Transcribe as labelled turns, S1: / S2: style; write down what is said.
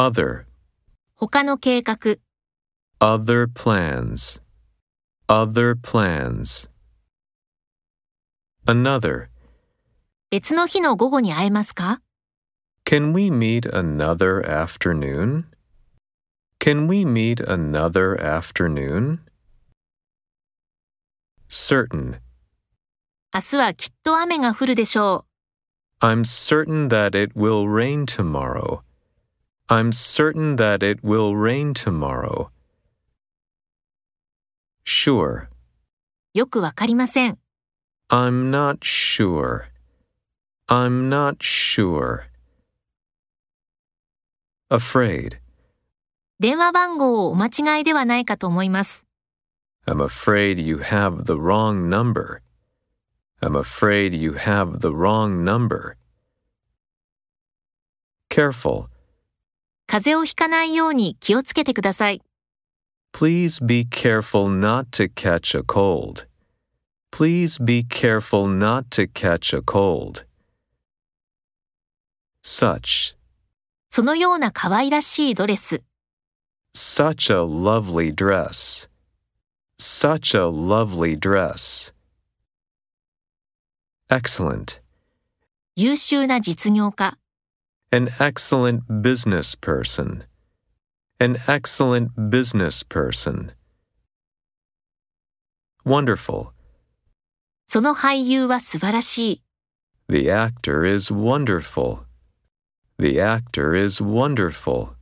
S1: Other,
S2: 他の計画、
S1: other plans, other plans. Another,
S2: 別の日の午後に会えますか
S1: can we meet another afternoon? Can we meet another afternoon? Certain,
S2: 明日はきっと雨が降るでしょう。
S1: I'm certain that it will rain tomorrow. I'm certain that it will rain tomorrow. Sure.
S2: よくわかりません。
S1: I'm not sure. I'm not sure. Afraid.
S2: 電話番号をお間違いではないかと思います。
S1: I'm afraid you have the wrong number. I'm afraid you have the wrong number. Careful.
S2: 風邪をひかないように気をつけてください。
S1: Please be careful not to catch a cold. Please be careful not to catch a cold. Such.
S2: そのような可愛らしいドレス。
S1: Such a lovely dress. Such a lovely dress. Excellent.
S2: 優秀な実業家。
S1: An excellent business person. An excellent business person. Wonderful.
S2: その俳優は素晴らしい。
S1: The actor is wonderful. The actor is wonderful.